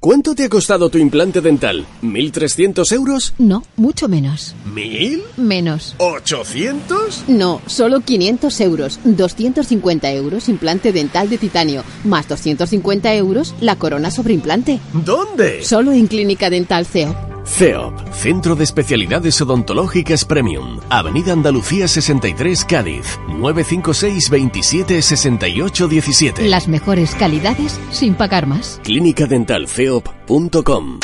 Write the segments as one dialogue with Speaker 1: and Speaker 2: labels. Speaker 1: ¿Cuánto te ha costado tu implante dental? ¿1.300 euros?
Speaker 2: No, mucho menos.
Speaker 1: ¿Mil?
Speaker 2: Menos.
Speaker 1: ¿800?
Speaker 2: No, solo 500 euros. 250 euros implante dental de titanio. Más 250 euros la corona sobre implante.
Speaker 1: ¿Dónde?
Speaker 2: Solo en Clínica Dental CEO.
Speaker 1: CEOP, Centro de Especialidades Odontológicas Premium, Avenida Andalucía 63, Cádiz, 956 27 68 17.
Speaker 2: Las mejores calidades sin pagar más.
Speaker 1: ClínicaDentalCEOP.com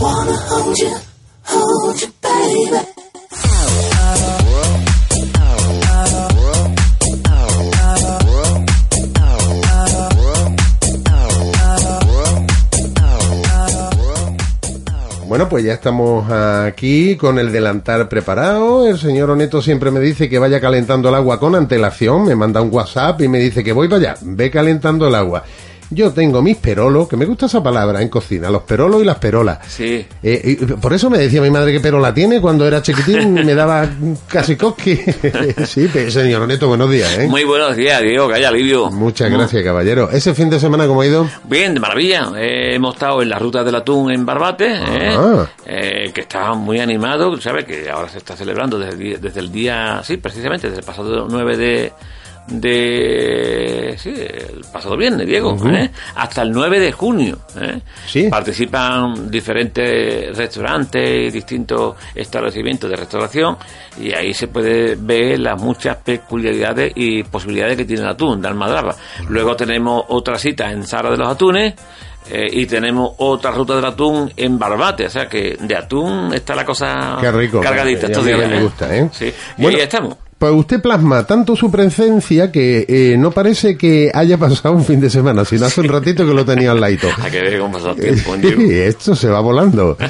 Speaker 3: Wanna hold you, hold you, baby.
Speaker 4: Bueno, pues ya estamos aquí con el delantal preparado. El señor Oneto siempre me dice que vaya calentando el agua con antelación. Me manda un WhatsApp y me dice que voy para allá. Ve calentando el agua. Yo tengo mis perolos, que me gusta esa palabra en cocina, los perolos y las perolas.
Speaker 5: Sí.
Speaker 4: Eh, y por eso me decía mi madre que perola tiene cuando era chiquitín, me daba casi cosqui. sí, pe- señor Oneto, buenos días. ¿eh?
Speaker 5: Muy buenos días, Diego, que haya alivio.
Speaker 4: Muchas gracias, caballero. ¿Ese fin de semana cómo ha ido?
Speaker 5: Bien, de maravilla. Eh, hemos estado en las rutas del atún en Barbate, eh,
Speaker 4: Ah.
Speaker 5: eh, que estaba muy animado, ¿sabes? Que ahora se está celebrando desde el día, desde el día sí, precisamente, desde el pasado 9 de... de sí, el pasado viernes, Diego, ¿eh? hasta el 9 de junio. ¿eh?
Speaker 4: Sí.
Speaker 5: Participan diferentes restaurantes, distintos establecimientos de restauración y ahí se puede ver las muchas peculiaridades y posibilidades que tiene el atún de Almadraba. Luego tenemos otra cita en Sara de los Atunes eh, y tenemos otra ruta del atún en Barbate. O sea que de atún está la cosa
Speaker 4: Qué rico.
Speaker 5: cargadita
Speaker 4: A
Speaker 5: estos
Speaker 4: mí
Speaker 5: días.
Speaker 4: me gusta, ¿eh?
Speaker 5: Sí.
Speaker 4: Bueno.
Speaker 5: y ahí estamos.
Speaker 4: Pues usted plasma tanto su presencia que eh, no parece que haya pasado un fin de semana, sino hace un ratito que lo tenía al laito.
Speaker 5: Hay que ver cómo pasa el tiempo, Diego.
Speaker 4: Eh, Sí, esto se va volando.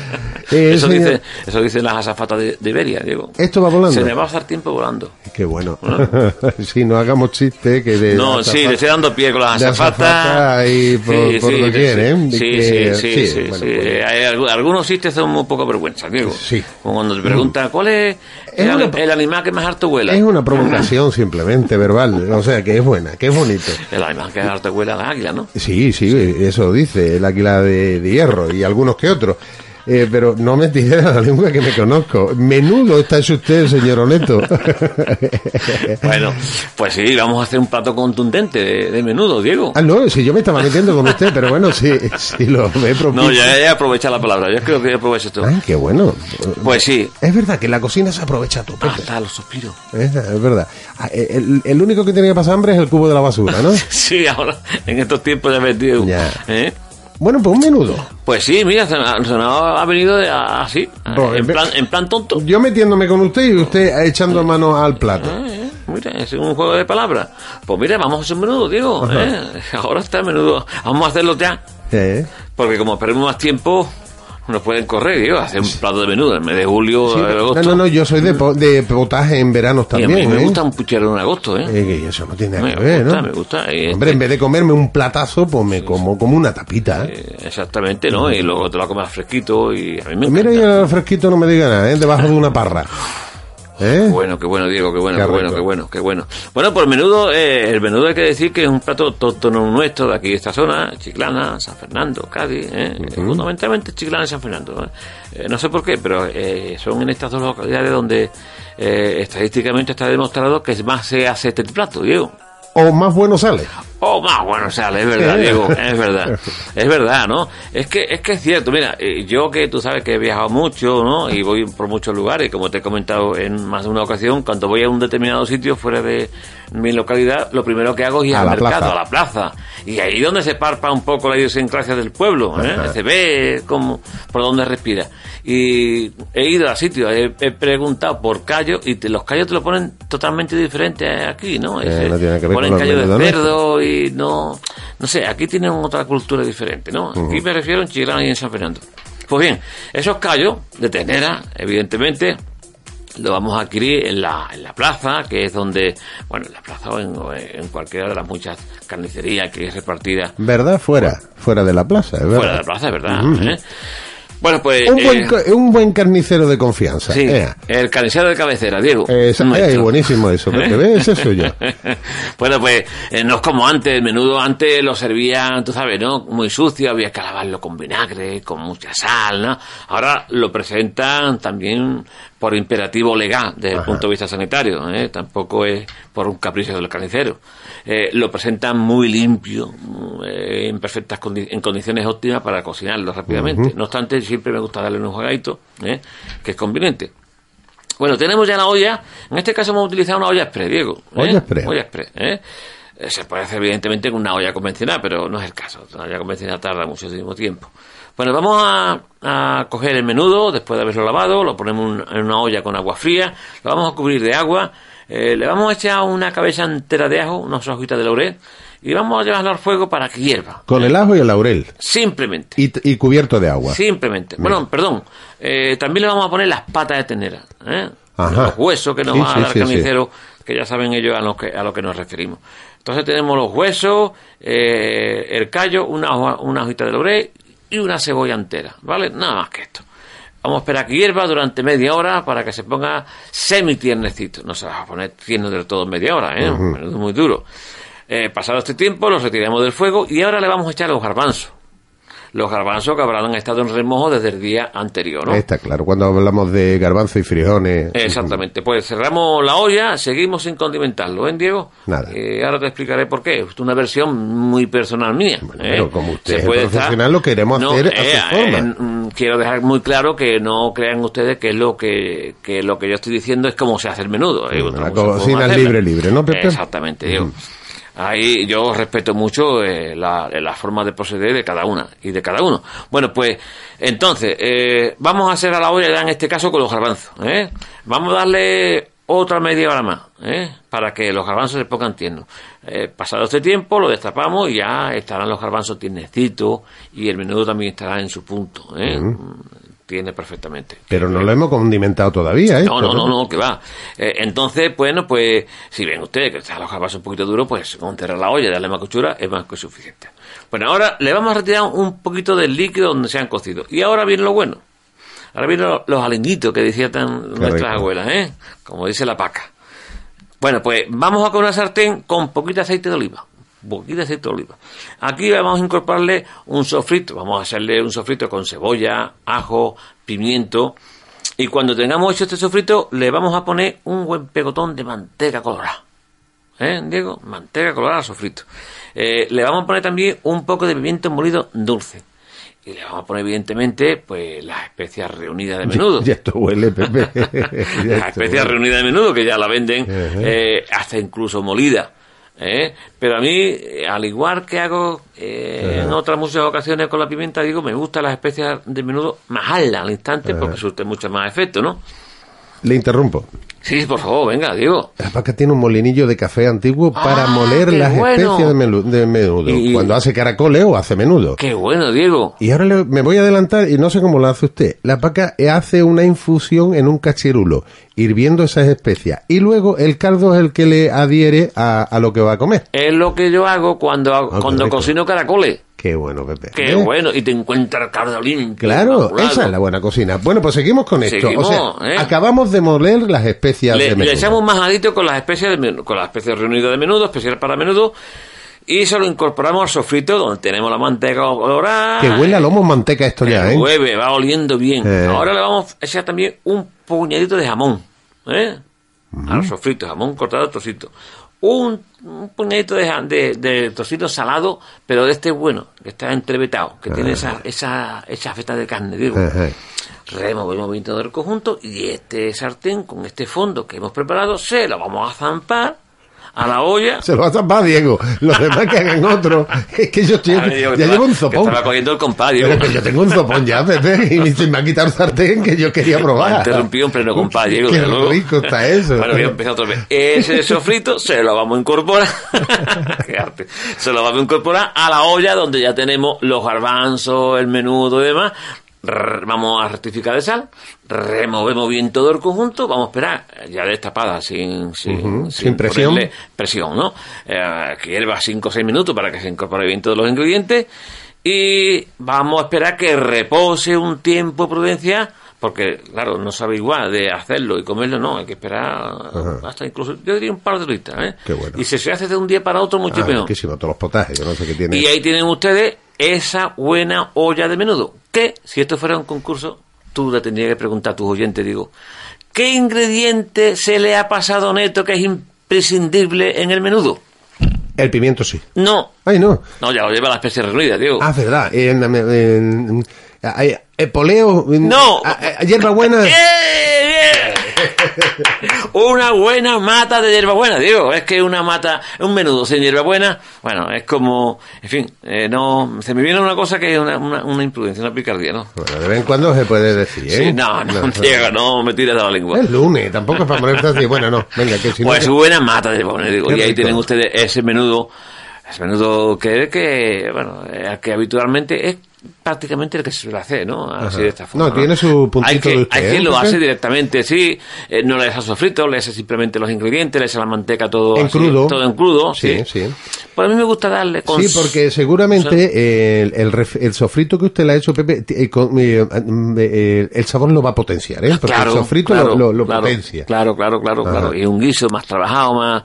Speaker 4: Eh,
Speaker 5: Eso,
Speaker 4: señor-
Speaker 5: dice, eso dicen las azafatas de, de Iberia, Diego.
Speaker 4: Esto va volando.
Speaker 5: Se me va a pasar tiempo volando.
Speaker 4: Qué bueno. si no hagamos chiste, que de.
Speaker 5: No,
Speaker 4: azafata-
Speaker 5: sí, le estoy dando pie con las
Speaker 4: de azafata
Speaker 5: azafatas.
Speaker 4: ahí por- por doquier,
Speaker 5: sí,
Speaker 4: ¿eh?
Speaker 5: Sí,
Speaker 4: Que-
Speaker 5: sí,
Speaker 4: sí,
Speaker 5: sí, sí,
Speaker 4: bueno,
Speaker 5: sí.
Speaker 4: pues-
Speaker 5: Hay algu- algunos chistes son un poco vergüenza, Diego.
Speaker 4: Sí. Mm.
Speaker 5: Como cuando te preguntan, ¿cuál es,
Speaker 4: Es
Speaker 5: el,
Speaker 4: una-
Speaker 5: el animal que más harto vuela?
Speaker 4: Es una provocación simplemente verbal. O sea, que es buena, que es bonito.
Speaker 5: El animal que más harto vuela es la águila, ¿no?
Speaker 4: Sí, sí, eso dice el águila de, de hierro y algunos que otros. Eh, pero no me tire la lengua que me conozco. Menudo está ese usted, señor Oneto.
Speaker 5: Bueno, pues sí, vamos a hacer un plato contundente de, de menudo, Diego.
Speaker 4: ah, no, si yo me estaba metiendo con usted, pero bueno, sí, sí lo he propuesto.
Speaker 5: No, ya, ya aprovecha la palabra. Yo creo que ya aprovecho esto.
Speaker 4: pues- Ah, qué bueno.
Speaker 5: Pues sí, Ah,
Speaker 4: Es verdad que en la cocina se aprovecha todo.
Speaker 5: hasta los suspiros.
Speaker 4: Es, es verdad. Ah, El, el único que tiene que pasar hambre es el cubo de la basura, ¿no?
Speaker 5: Sí, ahora, en estos tiempos ya ves, Diego.
Speaker 4: Ya.
Speaker 5: ¿eh?
Speaker 4: Bueno, pues un menudo.
Speaker 5: Pues sí, mira, Sonado ha venido de- a- así, a-
Speaker 4: Bueno,
Speaker 5: en
Speaker 4: ve-
Speaker 5: plan, en plan tonto.
Speaker 4: Pues, Yo metiéndome con usted y usted echando mano al plato.
Speaker 5: Ah, eh, Mira, es un juego de palabras. Pues mira, vamos a hacer menudo, Diego. eh. Ahora está menudo. Vamos a hacerlo ya.
Speaker 4: Eh,
Speaker 5: Porque como perdemos más tiempo, nos pueden correr, Digo, hacer un plato de menudo en el mes de julio,
Speaker 4: sí,
Speaker 5: Pues de
Speaker 4: no,
Speaker 5: agosto.
Speaker 4: no, no, yo soy de, po- de potaje en veranos
Speaker 5: Y a mí
Speaker 4: también.
Speaker 5: me
Speaker 4: ¿eh?
Speaker 5: gusta un puchero en agosto, ¿eh?
Speaker 4: Eh, que eso no tiene nada
Speaker 5: me
Speaker 4: que ver,
Speaker 5: gusta,
Speaker 4: ¿no?
Speaker 5: me gusta. y
Speaker 4: Hombre,
Speaker 5: este-
Speaker 4: en vez de comerme un platazo, pues me como como una tapita. ¿eh?
Speaker 5: eh, exactamente, ¿no? Y luego te lo comes fresquito y a mí me
Speaker 4: Pues Mira,
Speaker 5: encanta.
Speaker 4: y el fresquito no me diga nada, ¿eh? Debajo de una parra. ¿Eh?
Speaker 5: Bueno, qué bueno, Diego, qué bueno,
Speaker 4: Qué
Speaker 5: qué, bueno,
Speaker 4: rico.
Speaker 5: qué bueno, qué bueno. Bueno, por menudo, eh, el menudo hay que decir que es un plato autóctono nuestro de aquí de esta zona, Chiclana, San Fernando, Cádiz, eh, fundamentalmente Chiclana y San Fernando. ¿eh? Eh, no sé por qué, pero eh, son en estas dos localidades donde eh, estadísticamente está demostrado que más se hace este plato, Diego.
Speaker 4: O más bueno sale.
Speaker 5: Oh, más bueno sale, es verdad, Diego, es verdad. Es verdad, ¿no? Es que es que es cierto, mira, eh, yo que tú sabes que he viajado mucho, ¿no? Y voy por muchos lugares, como te he comentado en más de una ocasión, cuando voy a un determinado sitio fuera de mi localidad, lo primero que hago es ir
Speaker 4: A
Speaker 5: al
Speaker 4: la
Speaker 5: mercado,
Speaker 4: plaza.
Speaker 5: a la plaza. Y ahí donde se parpa un poco la idiosincrasia del pueblo, ¿eh?
Speaker 4: Ajá.
Speaker 5: Se ve cómo, por dónde respira. Y he ido a sitios, he, he preguntado por callos y te- los callos te lo ponen totalmente diferente aquí, ¿no?
Speaker 4: Eh,
Speaker 5: Ese-
Speaker 4: no tiene que ver
Speaker 5: ponen
Speaker 4: con los
Speaker 5: callo de
Speaker 4: menudones.
Speaker 5: cerdo y no no sé aquí tienen otra cultura diferente no aquí me refiero en Chirán y en San Fernando pues bien esos callos de ternera evidentemente lo vamos a adquirir en la, en la plaza, que es donde, bueno, en la plaza o en, o en cualquiera de las muchas carnicerías que es repartida
Speaker 4: ¿Verdad? Fuera, fuera de la plaza, es ¿verdad?
Speaker 5: fuera de la plaza, ¿verdad? ¿Eh? Bueno, pues...
Speaker 4: Un, buen,
Speaker 5: eh,
Speaker 4: ca- un buen carnicero de confianza.
Speaker 5: Sí,
Speaker 4: ea.
Speaker 5: el carnicero de cabecera, Diego.
Speaker 4: Esa-
Speaker 5: Nuestro.
Speaker 4: ea, y buenísimo eso, ¿qué ves? Eso yo.
Speaker 5: bueno, pues eh, no es como antes, el menudo antes lo servían, tú sabes, ¿no? Muy sucio, había que lavarlo con vinagre, con mucha sal, ¿no? Ahora lo presentan también por imperativo legal desde el punto de vista sanitario, ¿eh? tampoco es por un capricho del carnicero. Eh, lo presentan muy limpio, mm, eh, en perfectas condi- en condiciones óptimas para cocinarlo rápidamente. No obstante, siempre me gusta darle un juegadito, ¿eh? que es conveniente. Bueno, tenemos ya la olla. En este caso hemos utilizado una olla express, Diego. ¿eh?
Speaker 4: Olla express.
Speaker 5: Olla express, ¿eh? Eh, Se puede hacer evidentemente con una olla convencional, pero no es el caso. Una olla convencional tarda muchísimo tiempo. Bueno, vamos a, a coger el menudo después de haberlo lavado, lo ponemos un- en una olla con agua fría, lo vamos a cubrir de agua, eh, le vamos a echar una cabeza entera de ajo, unas hojitas de laurel, y vamos a llevarlo al fuego para que hierva.
Speaker 4: Con el ajo y el laurel.
Speaker 5: Simplemente.
Speaker 4: Y, t- y cubierto de agua.
Speaker 5: Simplemente. Bueno, perdón. Eh, también le vamos a poner las patas de ternera. ¿eh?
Speaker 4: Ajá.
Speaker 5: Los huesos que nos
Speaker 4: Sí,
Speaker 5: va
Speaker 4: sí,
Speaker 5: a dar
Speaker 4: sí, sí.
Speaker 5: carnicero, que ya saben ellos a lo que, a lo que nos referimos. Entonces tenemos los huesos, eh, el callo, una, hoja- una hojita de laurel y una cebolla entera. ¿Vale? Nada más que esto. Vamos a esperar que hierva durante media hora para que se ponga semi tiernecito. No se va a poner tierno del todo en media hora, ¿eh? Menudo muy duro. Eh, pasado este tiempo, lo retiramos del fuego y ahora le vamos a echar los garbanzos los garbanzos que habrán estado en remojo desde el día anterior, ¿no?
Speaker 4: Ahí Está claro, cuando hablamos de garbanzo y frijones.
Speaker 5: Exactamente. Pues cerramos la olla, seguimos sin condimentarlo, ¿eh, Diego?
Speaker 4: Nada.
Speaker 5: Eh, ahora te explicaré por qué. Es una versión muy personal mía.
Speaker 4: Bueno,
Speaker 5: ¿eh?
Speaker 4: pero como usted
Speaker 5: Se
Speaker 4: es
Speaker 5: puede
Speaker 4: profesional,
Speaker 5: estar-
Speaker 4: lo queremos hacer a su forma.
Speaker 5: mm, quiero dejar muy claro que no crean ustedes que es lo que, que lo que yo estoy diciendo es cómo se hace el menudo. ¿eh?
Speaker 4: Mm,
Speaker 5: Otra
Speaker 4: la
Speaker 5: cosa es
Speaker 4: cocina
Speaker 5: cómo
Speaker 4: es
Speaker 5: hacerla.
Speaker 4: libre, libre, ¿no, Pepe?
Speaker 5: Exactamente, Diego. Ahí yo respeto mucho eh, la, la forma de proceder de cada una y de cada uno. Bueno, pues entonces, eh, vamos a hacer a la olla ya en este caso con los garbanzos. ¿eh? Vamos a darle otra media hora más ¿eh? para que los garbanzos se pongan tiernos. Eh, pasado este tiempo, lo destapamos y ya estarán los garbanzos tiernecitos y el menudo también estará en su punto. ¿eh? Tiene perfectamente.
Speaker 4: Pero no lo hemos condimentado todavía, ¿eh?
Speaker 5: No, no, no, no, que va. Eh, entonces, bueno, pues, si ven ustedes que están los jabas un poquito duros, pues con cerrar la olla y darle más cochura es más que suficiente. Bueno, ahora le vamos a retirar un poquito del líquido donde se han cocido. Y ahora viene lo bueno. Ahora vienen lo- los alenguitos que decían tan
Speaker 4: Qué
Speaker 5: nuestras
Speaker 4: rico.
Speaker 5: abuelas, ¿eh? Como dice la paca. Bueno, pues vamos a con una sartén con poquito aceite de oliva. Poquito de aceite de oliva. Aquí vamos a incorporarle un sofrito. Vamos a hacerle un sofrito con cebolla, ajo, pimiento. Y cuando tengamos hecho este sofrito, le vamos a poner un buen pegotón de manteca colorada. ¿Eh, Diego? Manteca colorada al sofrito. Eh, le vamos a poner también un poco de pimiento molido dulce. Y le vamos a poner, evidentemente, pues las especias reunidas de menudo.
Speaker 4: Ya esto huele, Pepe. Ya
Speaker 5: La
Speaker 4: esto
Speaker 5: especie
Speaker 4: huele.
Speaker 5: reunida de menudo, que ya la venden
Speaker 4: Ajá.
Speaker 5: eh, hasta incluso molida. ¿eh? Pero a mí, eh, al igual que hago eh, en otras muchas ocasiones con la pimienta, digo, me gustan las especias de menudo majarlas al instante porque surten mucho más efecto, ¿no?
Speaker 4: Le interrumpo.
Speaker 5: Sí, por favor, venga, Diego.
Speaker 4: La vaca tiene un molinillo de café antiguo para
Speaker 5: Ah,
Speaker 4: moler
Speaker 5: qué
Speaker 4: las
Speaker 5: bueno.
Speaker 4: especias de, melu- de menudo.
Speaker 5: Y-
Speaker 4: Cuando hace caracoles o hace menudo.
Speaker 5: Qué bueno, Diego.
Speaker 4: Y ahora le- me voy a adelantar y no sé cómo lo hace usted. La vaca hace una infusión en un cachirulo, hirviendo esas especias. Y luego el caldo es el que le adhiere a, a lo que va a comer.
Speaker 5: Es lo que yo hago cuando, hago-
Speaker 4: Ah, qué
Speaker 5: cuando
Speaker 4: rico.
Speaker 5: cocino caracoles.
Speaker 4: Qué bueno, Pepe.
Speaker 5: Qué
Speaker 4: ¿Eh?
Speaker 5: bueno, y te encuentra el caldo limpio.
Speaker 4: Claro,
Speaker 5: inmaculado.
Speaker 4: esa es la buena cocina. Bueno, pues seguimos con esto.
Speaker 5: Seguimos,
Speaker 4: o sea,
Speaker 5: ¿eh?
Speaker 4: acabamos de moler las especias
Speaker 5: le,
Speaker 4: de
Speaker 5: le
Speaker 4: menudo.
Speaker 5: echamos un majadito con las especies de menu- con las especies reunidas de menudo, especial para menudo, y se lo incorporamos al sofrito donde tenemos la manteca colorada.
Speaker 4: Que huele a lomo en manteca esto ya,
Speaker 5: Que
Speaker 4: ¿eh?
Speaker 5: huele, va oliendo bien.
Speaker 4: Eh.
Speaker 5: Ahora le vamos a echar Ah, también un puñadito de jamón, ¿eh? Al sofrito, jamón cortado a trocitos. un, un puñadito de, ja- de, de tocino salado, pero de este bueno, que está entrevetado, que
Speaker 4: Eh.
Speaker 5: tiene esa, esa, esa feta de carne, digo.
Speaker 4: Ajá.
Speaker 5: Removemos bien todo el conjunto y este sartén con este fondo que hemos preparado se lo vamos a zampar a la olla.
Speaker 4: Se lo va a tapar, Diego. Los demás que hagan otro. Es que yo estoy.
Speaker 5: Ah, Diego, que
Speaker 4: ya
Speaker 5: estaba-
Speaker 4: llevo un
Speaker 5: que
Speaker 4: zopón.
Speaker 5: Estaba cogiendo el compadre.
Speaker 4: Pero que yo tengo un zopón ya, Pepe, y me, se me ha quitado el sartén que yo quería probar.
Speaker 5: Interrumpido en pleno compadre, Diego.
Speaker 4: Qué
Speaker 5: desde luego.
Speaker 4: rico está eso.
Speaker 5: Bueno, voy a empezar otra vez. Ese sofrito se lo vamos a incorporar. Qué arte. Se lo vamos a incorporar a la olla donde ya tenemos los garbanzos, el menudo y demás. Rrr, Vamos a rectificar de sal, removemos bien todo el conjunto, vamos a esperar, eh, ya destapada, sin, sin,
Speaker 4: Ujú, sin presión.
Speaker 5: ponerle presión, ¿no? Eh, que hierva 5 o 6 minutos para que se incorpore bien todos los ingredientes y vamos a esperar que repose un tiempo prudencia porque claro no sabe igual de hacerlo y comerlo no hay que esperar hasta incluso yo diría un par de horitas ¿eh?
Speaker 4: Qué bueno.
Speaker 5: y si se hace de un día para otro mucho
Speaker 4: Ah,
Speaker 5: peor
Speaker 4: que si no, todos los potajes, yo no sé qué tiene.
Speaker 5: y ahí tienen ustedes esa buena olla de menudo. Que si esto fuera un concurso, tú le tendrías que preguntar a tus oyentes, digo, ¿qué ingrediente se le ha pasado a Neto que es imprescindible en el menudo?
Speaker 4: El pimiento sí.
Speaker 5: No.
Speaker 4: Ay, no.
Speaker 5: No, ya lo lleva la especie reunida, digo.
Speaker 4: Ah, es verdad. En, en- ay, eh, poleo. en-
Speaker 5: No.
Speaker 4: ah, ah, hierbabuena.
Speaker 5: ¡Eh, bien! una buena mata de hierbabuena, digo. Es que una mata, un menudo sin hierbabuena, bueno, es como, en fin, eh, no, se me viene una cosa que es una, una, una imprudencia, una picardía, ¿no?
Speaker 4: Bueno, de vez en cuando se puede decir, ¿eh?
Speaker 5: Sí, no, no, Diego, no me tiras de la lengua.
Speaker 4: Es lunes, tampoco es para molestar así. Bueno, no, venga, que si no.
Speaker 5: Pues
Speaker 4: que-
Speaker 5: buena mata de bono, digo.
Speaker 4: Qué
Speaker 5: Y ahí
Speaker 4: rico.
Speaker 5: tienen ustedes ese menudo, ese menudo que, que bueno, eh, al que habitualmente es prácticamente el que se suele hacer, ¿no? Así
Speaker 4: Ajá.
Speaker 5: de esta forma.
Speaker 4: No, tiene su puntito
Speaker 5: Hay, que-
Speaker 4: de usted,
Speaker 5: hay
Speaker 4: ¿eh,
Speaker 5: quien lo
Speaker 4: Pepe?
Speaker 5: hace directamente, sí. eh, no le deja sofrito, le hace simplemente los ingredientes, le hace la manteca todo
Speaker 4: En
Speaker 5: así,
Speaker 4: crudo.
Speaker 5: Todo en crudo, sí.
Speaker 4: Sí, sí.
Speaker 5: Pero a mí me gusta darle con...
Speaker 4: Sí, porque seguramente eh, el, el, ref- el sofrito que usted le ha hecho, Pepe, t- eh, con- eh, mm, eh, el sabor lo va a potenciar, ¿eh? Porque el sofrito lo- lo, lo
Speaker 5: Ah, claro,
Speaker 4: potencia.
Speaker 5: Claro, claro, claro,
Speaker 4: Ajá.
Speaker 5: claro. Y un guiso más trabajado, más.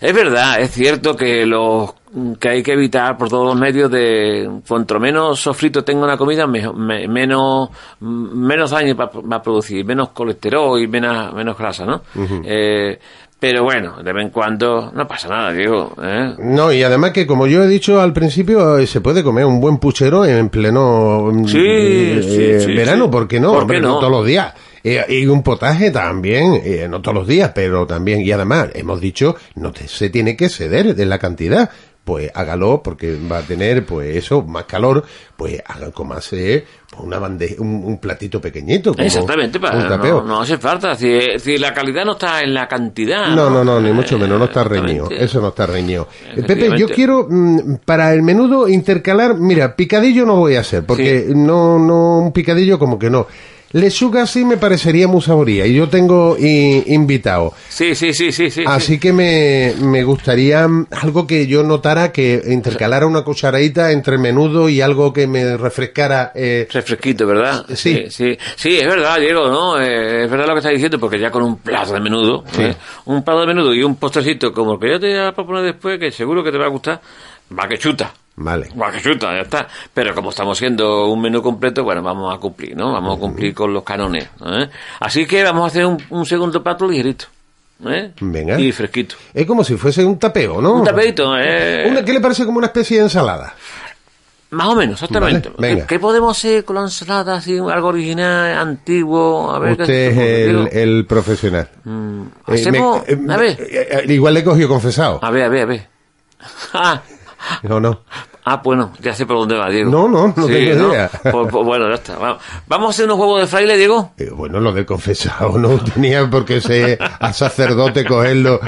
Speaker 5: Es verdad, es cierto que los que hay que evitar por todos los medios de cuanto menos sofrito tenga una comida mejo- me- menos mm, menos daño va, va a producir menos colesterol y menos menos grasa no Eh, pero bueno de vez en cuando no pasa nada digo ¿eh?
Speaker 4: No, y además que como yo he dicho al principio, eh, se puede comer un buen puchero en pleno mm,
Speaker 5: Sí,
Speaker 4: eh,
Speaker 5: sí,
Speaker 4: eh,
Speaker 5: sí,
Speaker 4: verano,
Speaker 5: sí.
Speaker 4: ¿por qué no?
Speaker 5: ¿Por qué
Speaker 4: Hombre,
Speaker 5: no?
Speaker 4: todos los días. Eh, y un potaje también, eh, no todos los días, pero también, y además, hemos dicho, no te- se tiene que ceder de la cantidad. Pues hágalo porque va a tener, pues eso, más calor, pues haga, comase pues, una bandeja, un, un platito pequeñito. como
Speaker 5: exactamente
Speaker 4: un
Speaker 5: para,
Speaker 4: tapeo.
Speaker 5: no, no hace falta si, si la calidad no está en la cantidad
Speaker 4: No, no, no, ni mucho menos, no está
Speaker 5: Ah, eh, Exactamente.
Speaker 4: reñido. Eso no está reñido. Eh, Pepe, yo
Speaker 5: Efectivamente.
Speaker 4: quiero mm, para el menudo intercalar, mira, picadillo no voy a hacer, porque no, no, un picadillo como que no. Lechuga sí me parecería muy saboría, y yo tengo i- invitado.
Speaker 5: sí sí sí sí sí sí.
Speaker 4: Así que me, me gustaría mm, algo que yo notara que intercalara una cucharadita entre menudo y algo que me refrescara. eh,
Speaker 5: Refresquito, ¿verdad?
Speaker 4: Sí.
Speaker 5: sí. Sí, sí, es verdad, Diego, ¿no? Eh, es verdad lo que estás diciendo, porque ya con un plato de menudo, ¿eh? un plato de menudo y un postrecito como el que yo te voy a proponer después, que seguro que te va a gustar, va que chuta.
Speaker 4: Vale.
Speaker 5: Va que chuta, ya está. Pero como estamos siendo un menú completo, bueno, vamos a cumplir, ¿no? Vamos a cumplir con los canones. ¿eh? Así que vamos a hacer un, un segundo plato ligerito. ¿eh?
Speaker 4: Venga. Oh.
Speaker 5: Y fresquito.
Speaker 4: Es como si fuese un tapeo, ¿no?
Speaker 5: Un tapeito, ¿eh?
Speaker 4: Una- ¿Qué le parece como una especie de ensalada?
Speaker 5: Más o menos, exactamente.
Speaker 4: Vale, venga.
Speaker 5: ¿Qué, qué podemos hacer con la ensalada? así, algo original, antiguo. A ver, ¿qué
Speaker 4: Usted es
Speaker 5: hacemos,
Speaker 4: el,
Speaker 5: Diego?
Speaker 4: el profesional. Eh,
Speaker 5: Mm, hacemos-
Speaker 4: me-
Speaker 5: a ver.
Speaker 4: eh, eh, igual le he cogido confesado.
Speaker 5: A ver, a ver, a ver. Ah,
Speaker 4: No, no.
Speaker 5: ah, bueno, ya sé por dónde va, Diego.
Speaker 4: No, no, no tengo idea.
Speaker 5: Pues- pues bueno, ya está. Vamos, ¿Vamos a hacer unos huevos de fraile, Diego.
Speaker 4: Eh, bueno, lo de confesado no tenía porque se al sacerdote cogerlo.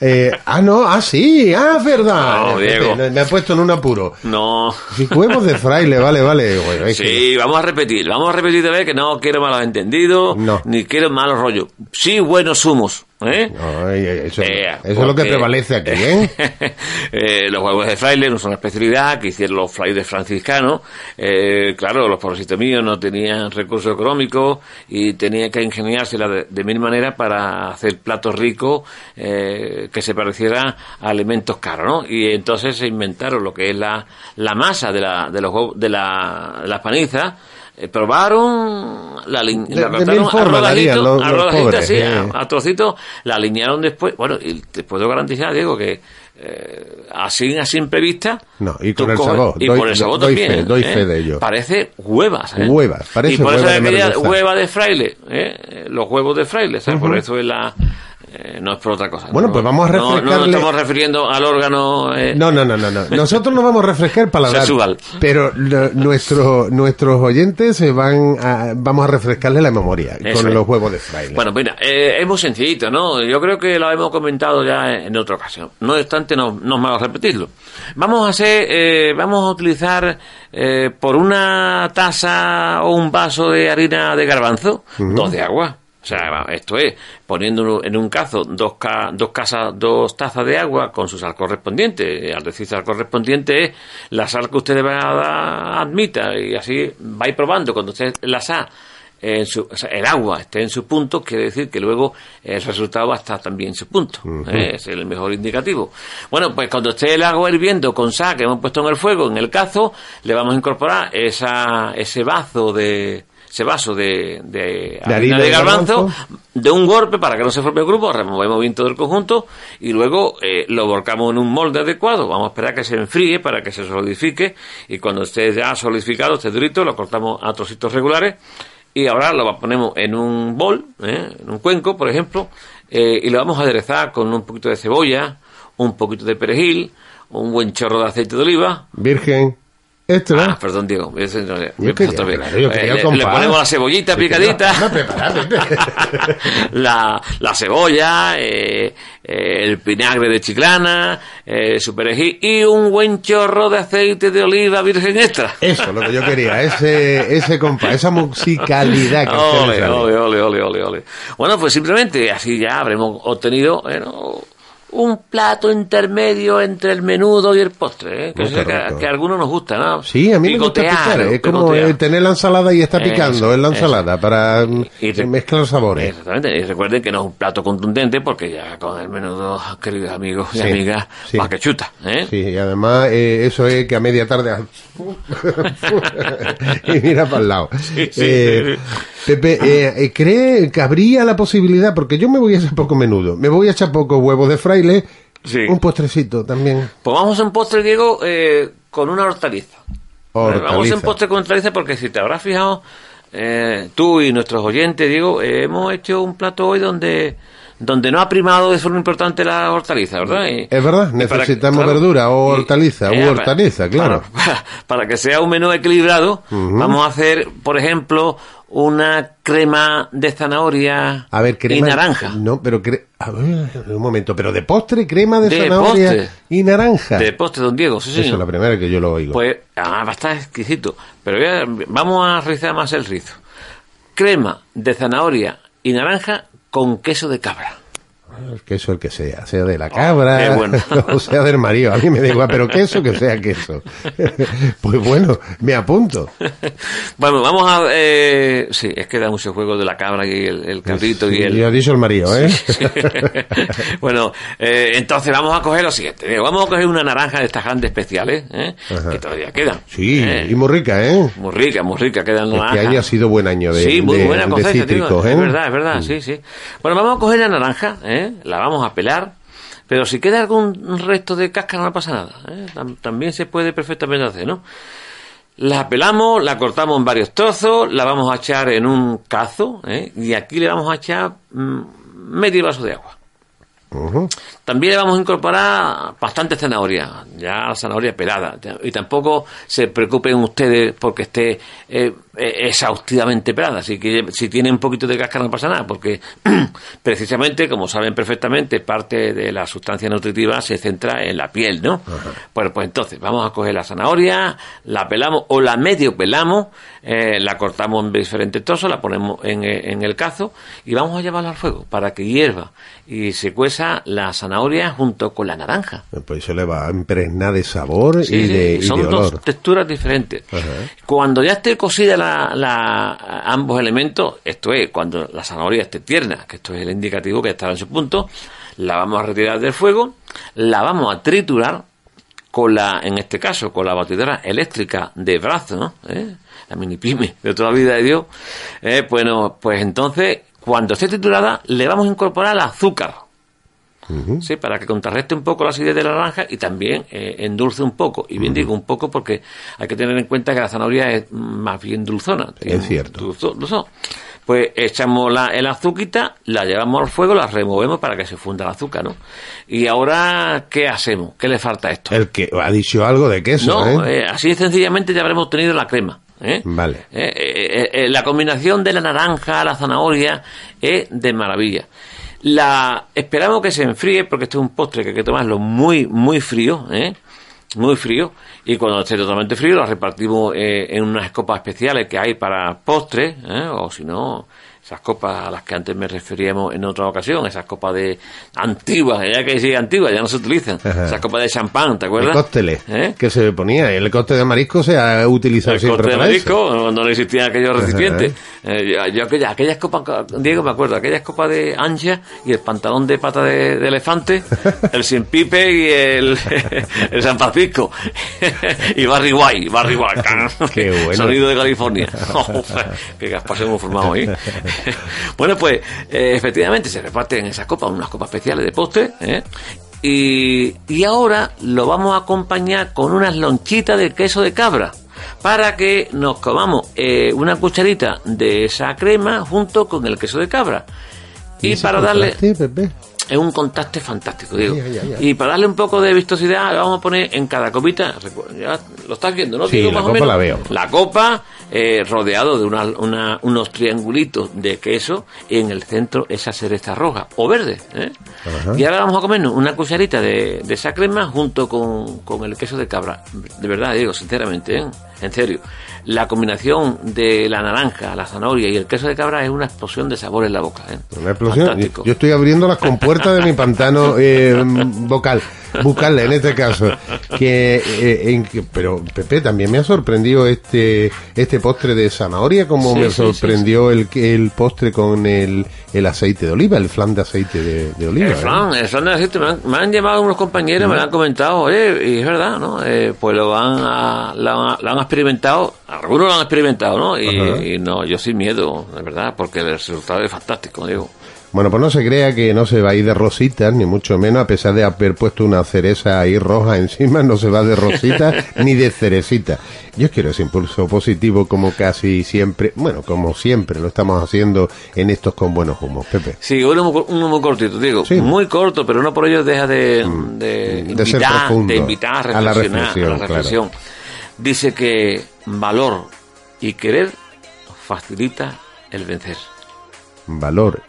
Speaker 4: Eh, ah, no, ah, sí, ah, es verdad.
Speaker 5: No, Diego.
Speaker 4: Me, me ha puesto en un apuro.
Speaker 5: No.
Speaker 4: Sí, huevos de fraile, vale, vale. Bueno, es que-
Speaker 5: Sí, vamos a repetir, vamos a repetir de vez que no quiero malos entendidos,
Speaker 4: No.
Speaker 5: ni quiero malos rollos. Sí, buenos humos, ¿eh?
Speaker 4: Ay, eso
Speaker 5: Eh,
Speaker 4: eso es lo que
Speaker 5: porque-
Speaker 4: prevalece aquí, ¿eh?
Speaker 5: Eh, los huevos de fraile no son una especialidad que hicieron los frailes franciscanos. Eh, claro, los pobrecitos míos no tenían recursos económicos y tenían que ingeniársela de, de mil maneras para hacer platos ricos eh, que se parecieran a alimentos caros, ¿no? Y entonces se inventaron lo que es la, la masa de, la, de, los, huevos- de la, de las panizas eh, probaron, la, lin-
Speaker 4: De-
Speaker 5: la
Speaker 4: de
Speaker 5: cortaron
Speaker 4: mil formas
Speaker 5: a
Speaker 4: la harían
Speaker 5: rodajitos,
Speaker 4: los-
Speaker 5: a
Speaker 4: los
Speaker 5: rodajitos,
Speaker 4: pobres,
Speaker 5: sí, a-
Speaker 4: eh.
Speaker 5: a, trocitos, la alinearon después. Bueno, y te puedo garantizar, Diego, que eh, así a simple vista.
Speaker 4: No, y
Speaker 5: tú
Speaker 4: con el
Speaker 5: coges-
Speaker 4: sabor,
Speaker 5: Y
Speaker 4: doy-
Speaker 5: con el sabor
Speaker 4: doy
Speaker 5: también.
Speaker 4: fe, doy
Speaker 5: ¿eh?
Speaker 4: fe de ello.
Speaker 5: Parece huevas. ¿eh?
Speaker 4: Huevas, parece
Speaker 5: Y por eso
Speaker 4: huevas de
Speaker 5: le quería
Speaker 4: merluza.
Speaker 5: hueva de fraile, ¿eh? los huevos de fraile, ¿sabes? Por eso es la. eh, no es por otra cosa.
Speaker 4: Bueno,
Speaker 5: ¿no?
Speaker 4: pues vamos a
Speaker 5: No- No, nos
Speaker 4: refrescarle-
Speaker 5: estamos refiriendo al órgano. eh,
Speaker 4: No, no, no, no, no. Nosotros no vamos a refrescar paladar.
Speaker 5: Sexual.
Speaker 4: Pero lo- nuestro- nuestros oyentes se van a, vamos a refrescarle la memoria
Speaker 5: Eso
Speaker 4: con
Speaker 5: es.
Speaker 4: los huevos de fraile.
Speaker 5: Bueno, mira, eh, es muy sencillito, ¿no? Yo creo que lo hemos comentado ya en otra ocasión. No obstante, no, no es malo repetirlo. Vamos a hacer, eh, vamos a utilizar eh, por una taza o un vaso de harina de garbanzo, dos de agua. O sea, va, esto es poniendo en un cazo dos, ca- dos, casas, dos tazas de agua con su sal correspondiente. Al decir sal correspondiente es la sal que ustedes van a dar, admita y así vais probando cuando usted la sal en su- o sea, el agua esté en su punto, quiere decir que luego el resultado va a estar también en su punto. ¿eh? Es el mejor indicativo. Bueno, pues cuando esté el agua hirviendo con sal que hemos puesto en el fuego, en el cazo, le vamos a incorporar esa, ese vaso de ese vaso de, de
Speaker 4: De
Speaker 5: harina
Speaker 4: harina
Speaker 5: de
Speaker 4: de
Speaker 5: garbanzo,
Speaker 4: garbanzo.
Speaker 5: de un golpe para que no se forme el grupo, removemos bien todo el conjunto y luego eh, lo volcamos en un molde adecuado. Vamos a esperar que se enfríe para que se solidifique y cuando esté ya solidificado, esté durito, lo cortamos a trocitos regulares y ahora lo ponemos en un bol, ¿eh? en un cuenco, por ejemplo, eh, y lo vamos a aderezar con un poquito de cebolla, un poquito de perejil, un buen chorro de aceite de oliva,
Speaker 4: Virgen, esto ¿no?
Speaker 5: Ah, perdón, Diego. Ese no era.
Speaker 4: Yo quería,
Speaker 5: Otra vez.
Speaker 4: claro, yo
Speaker 5: Eh,
Speaker 4: quería
Speaker 5: le,
Speaker 4: con
Speaker 5: le
Speaker 4: pan.
Speaker 5: ponemos la cebollita
Speaker 4: Yo quería
Speaker 5: picadita.
Speaker 4: pan, prepárate.
Speaker 5: la, la cebolla, eh, eh, el vinagre de chiclana, eh, su perejil y un buen chorro de aceite de oliva virgen extra.
Speaker 4: Eso es lo que yo quería, ese, ese compa, esa musicalidad que a usted le
Speaker 5: Ole,
Speaker 4: sale.
Speaker 5: ole, ole, ole, ole, ole. Bueno, pues simplemente así ya habremos obtenido bueno, un plato intermedio entre el menudo y el postre, ¿eh? que,
Speaker 4: Muy
Speaker 5: sé que, a-
Speaker 4: correcto.
Speaker 5: que a algunos nos gusta, ¿no?
Speaker 4: Sí, a mí me gusta
Speaker 5: Picotear,
Speaker 4: picar. Es como
Speaker 5: picotear.
Speaker 4: eh, tener la ensalada y está
Speaker 5: Eso,
Speaker 4: picando, es la
Speaker 5: eso.
Speaker 4: ensalada, para mm,
Speaker 5: Y re-
Speaker 4: mezclar sabores.
Speaker 5: Exactamente, y recuerden que no es un plato contundente porque ya con el menudo, queridos amigos y
Speaker 4: Sí,
Speaker 5: amigas,
Speaker 4: sí.
Speaker 5: va que chuta, ¿eh?
Speaker 4: Sí, y además eh, eso es que a media tarde y mira para el lado.
Speaker 5: sí,
Speaker 4: Eh, Pepe, eh, eh, ¿cree que habría la posibilidad? Porque yo me voy a echar poco menudo, me voy a echar poco huevos de fraile,
Speaker 5: Sí.
Speaker 4: un postrecito también.
Speaker 5: Pues vamos a hacer un postre, Diego, eh, con una hortaliza.
Speaker 4: Oh, Hortaliza.
Speaker 5: Vamos a hacer un postre con hortaliza porque si te habrás fijado, eh, tú y nuestros oyentes, Diego, eh, hemos hecho un plato hoy donde donde no ha primado de forma importante la hortaliza, ¿verdad? Y-
Speaker 4: Es verdad,
Speaker 5: y para- eh,
Speaker 4: necesitamos verdura o hortaliza, u
Speaker 5: para-
Speaker 4: hortaliza, claro.
Speaker 5: Para, para- para que sea un menú equilibrado, vamos a hacer, por ejemplo, una crema de zanahoria
Speaker 4: A ver, crema.
Speaker 5: y naranja.
Speaker 4: No, pero. cre- A ver, un momento, pero de postre, crema de,
Speaker 5: De
Speaker 4: zanahoria
Speaker 5: postre.
Speaker 4: y naranja.
Speaker 5: De postre, don Diego, sí,
Speaker 4: Eso
Speaker 5: señor.
Speaker 4: es la primera que yo lo oigo.
Speaker 5: Pues ah, va a estar exquisito. Pero voy a- vamos a rizar más el rizo. Crema de zanahoria y naranja con queso de cabra.
Speaker 4: queso el que sea, sea de la cabra
Speaker 5: qué bueno.
Speaker 4: o sea del marido, a mí me da igual, pero queso que sea queso. pues bueno, me apunto.
Speaker 5: bueno, vamos a... eh, sí, es que da mucho juego de la cabra y el, el cabrito y el...
Speaker 4: Yo he dicho el marido, ¿eh?
Speaker 5: bueno, eh, entonces vamos a coger lo siguiente. Mira, Vamos a coger una naranja de estas grandes especiales, ¿eh? que todavía quedan.
Speaker 4: Sí,
Speaker 5: ¿eh?
Speaker 4: y muy rica, ¿eh?
Speaker 5: Muy rica, muy rica, quedan
Speaker 4: Es que
Speaker 5: naranjas.
Speaker 4: año ha sido buen año de,
Speaker 5: sí, muy
Speaker 4: de-
Speaker 5: buena
Speaker 4: de
Speaker 5: cosecha, tío.
Speaker 4: cítricos, ¿eh?
Speaker 5: Es verdad, es verdad, sí, sí. Bueno, vamos a coger la naranja, ¿eh? la vamos a pelar, pero si queda algún resto de cáscara no pasa nada. ¿eh? Tam- También se puede perfectamente hacer, ¿no? La pelamos, la cortamos en varios trozos, la vamos a echar en un cazo ¿eh? y aquí le vamos a echar mm, medio vaso de agua.
Speaker 4: Ujú.
Speaker 5: También le vamos a incorporar bastante zanahoria, ya zanahoria pelada. Y tampoco se preocupen ustedes porque esté eh, eh, exhaustivamente pelada. Así que si tiene un poquito de cáscara no pasa nada, porque precisamente, como saben perfectamente, parte de la sustancia nutritiva se centra en la piel, ¿no? Bueno, pues entonces vamos a coger la zanahoria, la pelamos o la medio pelamos, eh, la cortamos en diferentes trozos, la ponemos en, eh, en el cazo y vamos a llevarla al fuego para que hierva y se cueza la zanahoria junto con la naranja.
Speaker 4: Pues eso le va a impregnar de sabor
Speaker 5: Sí,
Speaker 4: y, de,
Speaker 5: sí,
Speaker 4: y
Speaker 5: son
Speaker 4: de
Speaker 5: dos
Speaker 4: olor.
Speaker 5: texturas diferentes. Cuando ya esté cocida la, la- ambos elementos, esto es, cuando la zanahoria esté tierna, que esto es el indicativo que estaba en su punto, la vamos a retirar del fuego, la vamos a triturar con la, en este caso, con la batidora eléctrica de brazo, ¿no? ¿Eh? La mini pyme de toda la vida de Dios. Eh, bueno, pues entonces, cuando esté triturada, le vamos a incorporar azúcar. Sí, para que contrarreste un poco la acidez de la naranja y también eh, endulce un poco. Y bien digo un poco porque hay que tener en cuenta que la zanahoria es más bien dulzona. tiene un
Speaker 4: cierto.
Speaker 5: dulzo- dulzón. Pues echamos la, el azuquita, la llevamos al fuego, la removemos para que se funda el azúcar, ¿no? Y ahora, ¿qué hacemos? ¿Qué le falta a esto?
Speaker 4: El que ha dicho algo de queso,
Speaker 5: No,
Speaker 4: ¿eh?
Speaker 5: eh, así sencillamente ya habremos obtenido la crema. ¿eh?
Speaker 4: Vale.
Speaker 5: Eh, eh, eh, eh, la combinación de la naranja, la zanahoria, es de maravilla. La esperamos que se enfríe porque este es un postre que hay que tomarlo muy, muy frío, ¿eh? muy frío. Y cuando esté totalmente frío, lo repartimos eh, en unas copas especiales que hay para postres, ¿eh? o si no, esas copas a las que antes me referíamos en otra ocasión, esas copas de antiguas, ya que sí, antiguas, ya no se utilizan,
Speaker 4: Ajá.
Speaker 5: esas copas de champán, ¿te
Speaker 4: El
Speaker 5: acuerdas?
Speaker 4: cócteles
Speaker 5: ¿Eh?
Speaker 4: que se ponía. El cóctel de marisco se ha utilizado
Speaker 5: el
Speaker 4: siempre
Speaker 5: corte de
Speaker 4: para eso.
Speaker 5: marisco, cuando no existían aquellos recipientes. Eh, yo, yo aquella- aquellas copas, Diego, me acuerdo, aquellas copas de ancha y el pantalón de pata de, de elefante, el sin pipe y el, el San Francisco. y Barry White, Barry White.
Speaker 4: Qué bueno.
Speaker 5: Sonido de California. que Gaspar se hemos formado ahí. bueno, pues eh, efectivamente se reparten esas copas, unas copas especiales de postre. ¿eh? Y, y ahora lo vamos a acompañar con unas lonchitas de queso de cabra para que nos comamos eh, una cucharita de esa crema junto con el queso de cabra. Y,
Speaker 4: ese
Speaker 5: para darle
Speaker 4: contraste, Pepe?
Speaker 5: es un contraste fantástico, digo.
Speaker 4: Ay, ay, ay,
Speaker 5: Y para darle un poco de vistosidad, le vamos a poner en cada copita, recu- ya lo estás viendo, ¿no?
Speaker 4: Sí,
Speaker 5: Digo,
Speaker 4: la
Speaker 5: más o
Speaker 4: copa
Speaker 5: menos.
Speaker 4: la veo.
Speaker 5: La copa eh, rodeado de una- una- unos triangulitos de queso y en el centro esa cereza roja o verde. ¿eh? Y ahora vamos a comernos una cucharita de, de esa crema junto con, con el queso de cabra. De verdad, digo, sinceramente, ¿eh? en serio. La combinación de la naranja, la zanahoria y el queso de cabra es una explosión de sabor en la boca. ¿eh?
Speaker 4: Una explosión.
Speaker 5: Fantástico.
Speaker 4: Yo estoy abriendo las compuertas de mi pantano eh, vocal, bucal en este caso. Que, eh, en que- pero Pepe, también me ha sorprendido este este postre de zanahoria, como
Speaker 5: Sí,
Speaker 4: me
Speaker 5: sí,
Speaker 4: sorprendió el que- El, postre con el, el aceite de oliva, el flan de aceite de, de oliva.
Speaker 5: El
Speaker 4: ¿eh?
Speaker 5: flan, el flan de aceite. Me han, me han llamado unos compañeros, me lo han comentado, oye, y es verdad, ¿no? Eh, pues lo van a, lo, han- lo han experimentado, algunos lo han experimentado, ¿no?
Speaker 4: Ajá.
Speaker 5: Y, y no, yo sin miedo, de verdad, porque el resultado es fantástico, digo.
Speaker 4: Bueno, pues no se crea que no se va a ir de rositas, ni mucho menos, a pesar de haber puesto una cereza ahí roja encima, no se va de rositas ni de cerecita. Yo quiero ese impulso positivo como casi siempre, bueno, como siempre lo estamos haciendo en estos con buenos humos, Pepe.
Speaker 5: Sí, uno muy, cor- uno muy cortito, digo,
Speaker 4: Sí. Mm.
Speaker 5: muy corto, pero no por ello deja de, de
Speaker 4: de ser
Speaker 5: invitar,
Speaker 4: profundo.
Speaker 5: de invitar a
Speaker 4: A la
Speaker 5: reflexionar,
Speaker 4: reflexión,
Speaker 5: a la reflexión. Dice que valor y querer facilita el vencer,
Speaker 4: Valor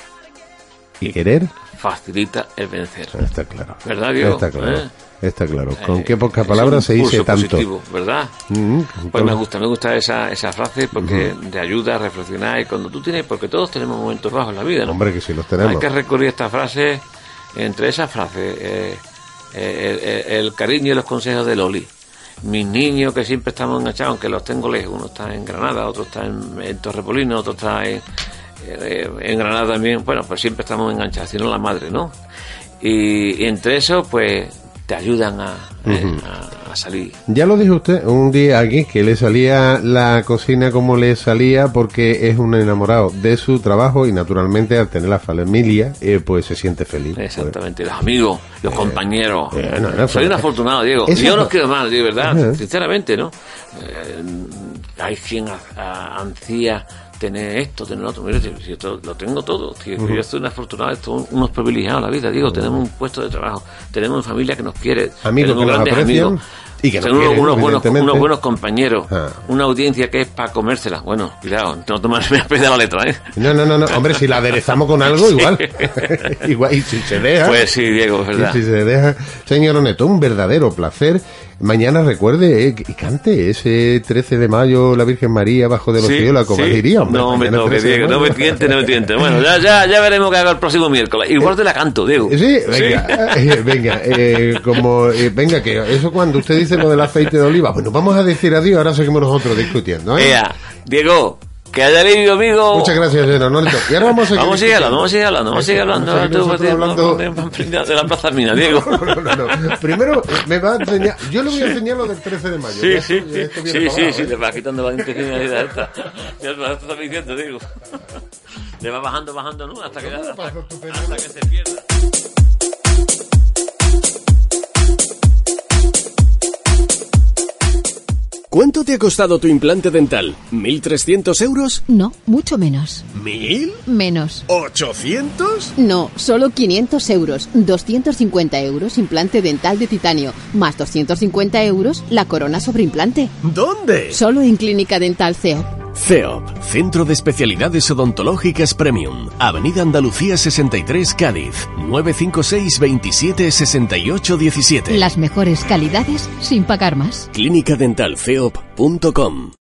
Speaker 4: y querer,
Speaker 5: facilita el vencer.
Speaker 4: está claro.
Speaker 5: ¿Verdad, Diego?
Speaker 4: Está claro.
Speaker 5: ¿Eh?
Speaker 4: Está claro. Con qué pocas
Speaker 5: Es
Speaker 4: palabras
Speaker 5: un
Speaker 4: se dice
Speaker 5: impulso
Speaker 4: tanto.
Speaker 5: positivo, ¿verdad?
Speaker 4: Mm,
Speaker 5: Pues me
Speaker 4: con-
Speaker 5: gusta, me gusta esa, esa frase porque te ayuda a reflexionar y cuando tú tienes, porque todos tenemos momentos bajos en la vida, ¿no?
Speaker 4: Hombre, que si los
Speaker 5: Hay
Speaker 4: tenemos.
Speaker 5: que recurrir a esta frase, entre esas frases, eh, eh, el, el- el cariño y los consejos de Loli. Mis niños que siempre estamos enganchados, aunque los tengo lejos, uno está en Granada, otro está en, en Torrepolino, otro está en, eh, en Granada también, bueno, pues siempre estamos enganchados, sino la madre, ¿no? Y, y entre eso, pues te ayudan a, eh, a- a salir.
Speaker 4: Ya lo dijo usted un día aquí que le salía la cocina como le salía porque es un enamorado de su trabajo y naturalmente al tener la familia eh, pues se siente feliz.
Speaker 5: Exactamente, los amigos, los compañeros.
Speaker 4: eh, no, no,
Speaker 5: Soy
Speaker 4: pero-
Speaker 5: un afortunado, Diego.
Speaker 4: Esa-
Speaker 5: Yo no quiero mal, de verdad,
Speaker 4: Ajá.
Speaker 5: sinceramente, ¿no? Eh, hay quien a- a- ansía tener esto, tener lo otro. Mire, si- si esto lo tengo todo, tío, que yo soy un afortunado, estoy unos privilegiados en la vida, Digo, Tenemos un puesto de trabajo, tenemos una familia que nos quiere,
Speaker 4: Amigos que
Speaker 5: tenemos
Speaker 4: nos aprecian y que nos
Speaker 5: tenemos
Speaker 4: quieren,
Speaker 5: unos, buenos,
Speaker 4: evidentemente.
Speaker 5: unos buenos compañeros,
Speaker 4: Ah.
Speaker 5: una audiencia que es para comérsela. Bueno, cuidado, no tomarme a la letra, ¿eh?
Speaker 4: No, no, no, no, hombre, si la aderezamos con algo igual. igual y si se deja.
Speaker 5: Pues sí, Diego, es
Speaker 4: Eh, Sí,
Speaker 5: verdad.
Speaker 4: sí, se deja. Señor Oneto, un verdadero placer. Mañana recuerde eh, y cante ese 13 de mayo la Virgen María bajo de los
Speaker 5: Sí,
Speaker 4: cielos, como
Speaker 5: sí.
Speaker 4: diría, hombre.
Speaker 5: No, hombre,
Speaker 4: Mañana
Speaker 5: no, que
Speaker 4: 13 de
Speaker 5: Diego, no me
Speaker 4: mayo.
Speaker 5: tiente, no me tiente. Bueno, ya, ya, ya veremos qué hago el próximo miércoles. Igual te la canto, Diego.
Speaker 4: Sí, venga, eh, venga, eh, como, eh, venga, que eso cuando usted dice lo del aceite de oliva, bueno, vamos a decir adiós, ahora seguimos nosotros discutiendo, ¿eh?
Speaker 5: Ea, Diego, que Que haya leído, amigo.
Speaker 4: Muchas gracias, Leonardo. Y ahora vamos a seguir.
Speaker 5: Vamos a seguir hablando, vamos a seguir hablando, vamos a seguir
Speaker 4: Aquí,
Speaker 5: hablando.
Speaker 4: vamos a seguir
Speaker 5: Tú,
Speaker 4: nosotros
Speaker 5: tío,
Speaker 4: hablando.
Speaker 5: no, De la plaza mina, Diego.
Speaker 4: No, no, no, no. Primero eh, me va a enseñar. Yo le voy a enseñar lo del 13 de mayo.
Speaker 5: Sí,
Speaker 4: Ya
Speaker 5: sí,
Speaker 4: esto- ya
Speaker 5: sí,
Speaker 4: esto viene
Speaker 5: sí, sí,
Speaker 4: pagado,
Speaker 5: sí,
Speaker 4: ¿eh?
Speaker 5: te vas quitando la intencionalidad esta. Ya te vas diciendo, digo. Le va bajando, bajando, ¿no? Hasta que, hasta,
Speaker 4: pasó estupendo.
Speaker 5: hasta que se pierda.
Speaker 1: ¿Cuánto te ha costado tu implante dental? ¿1.300 euros?
Speaker 2: No, mucho menos.
Speaker 1: ¿1.000?
Speaker 2: Menos.
Speaker 1: ¿800?
Speaker 2: No, solo 500 euros, 250 euros implante dental de titanio, más 250 euros la corona sobre implante.
Speaker 1: ¿Dónde?
Speaker 2: Solo en Clínica Dental CEO.
Speaker 1: CEOP, Centro de Especialidades Odontológicas Premium, Avenida Andalucía 63, Cádiz, 956 27 68 17.
Speaker 2: Las mejores calidades sin pagar más.
Speaker 1: E Clínica Dental CEOP.com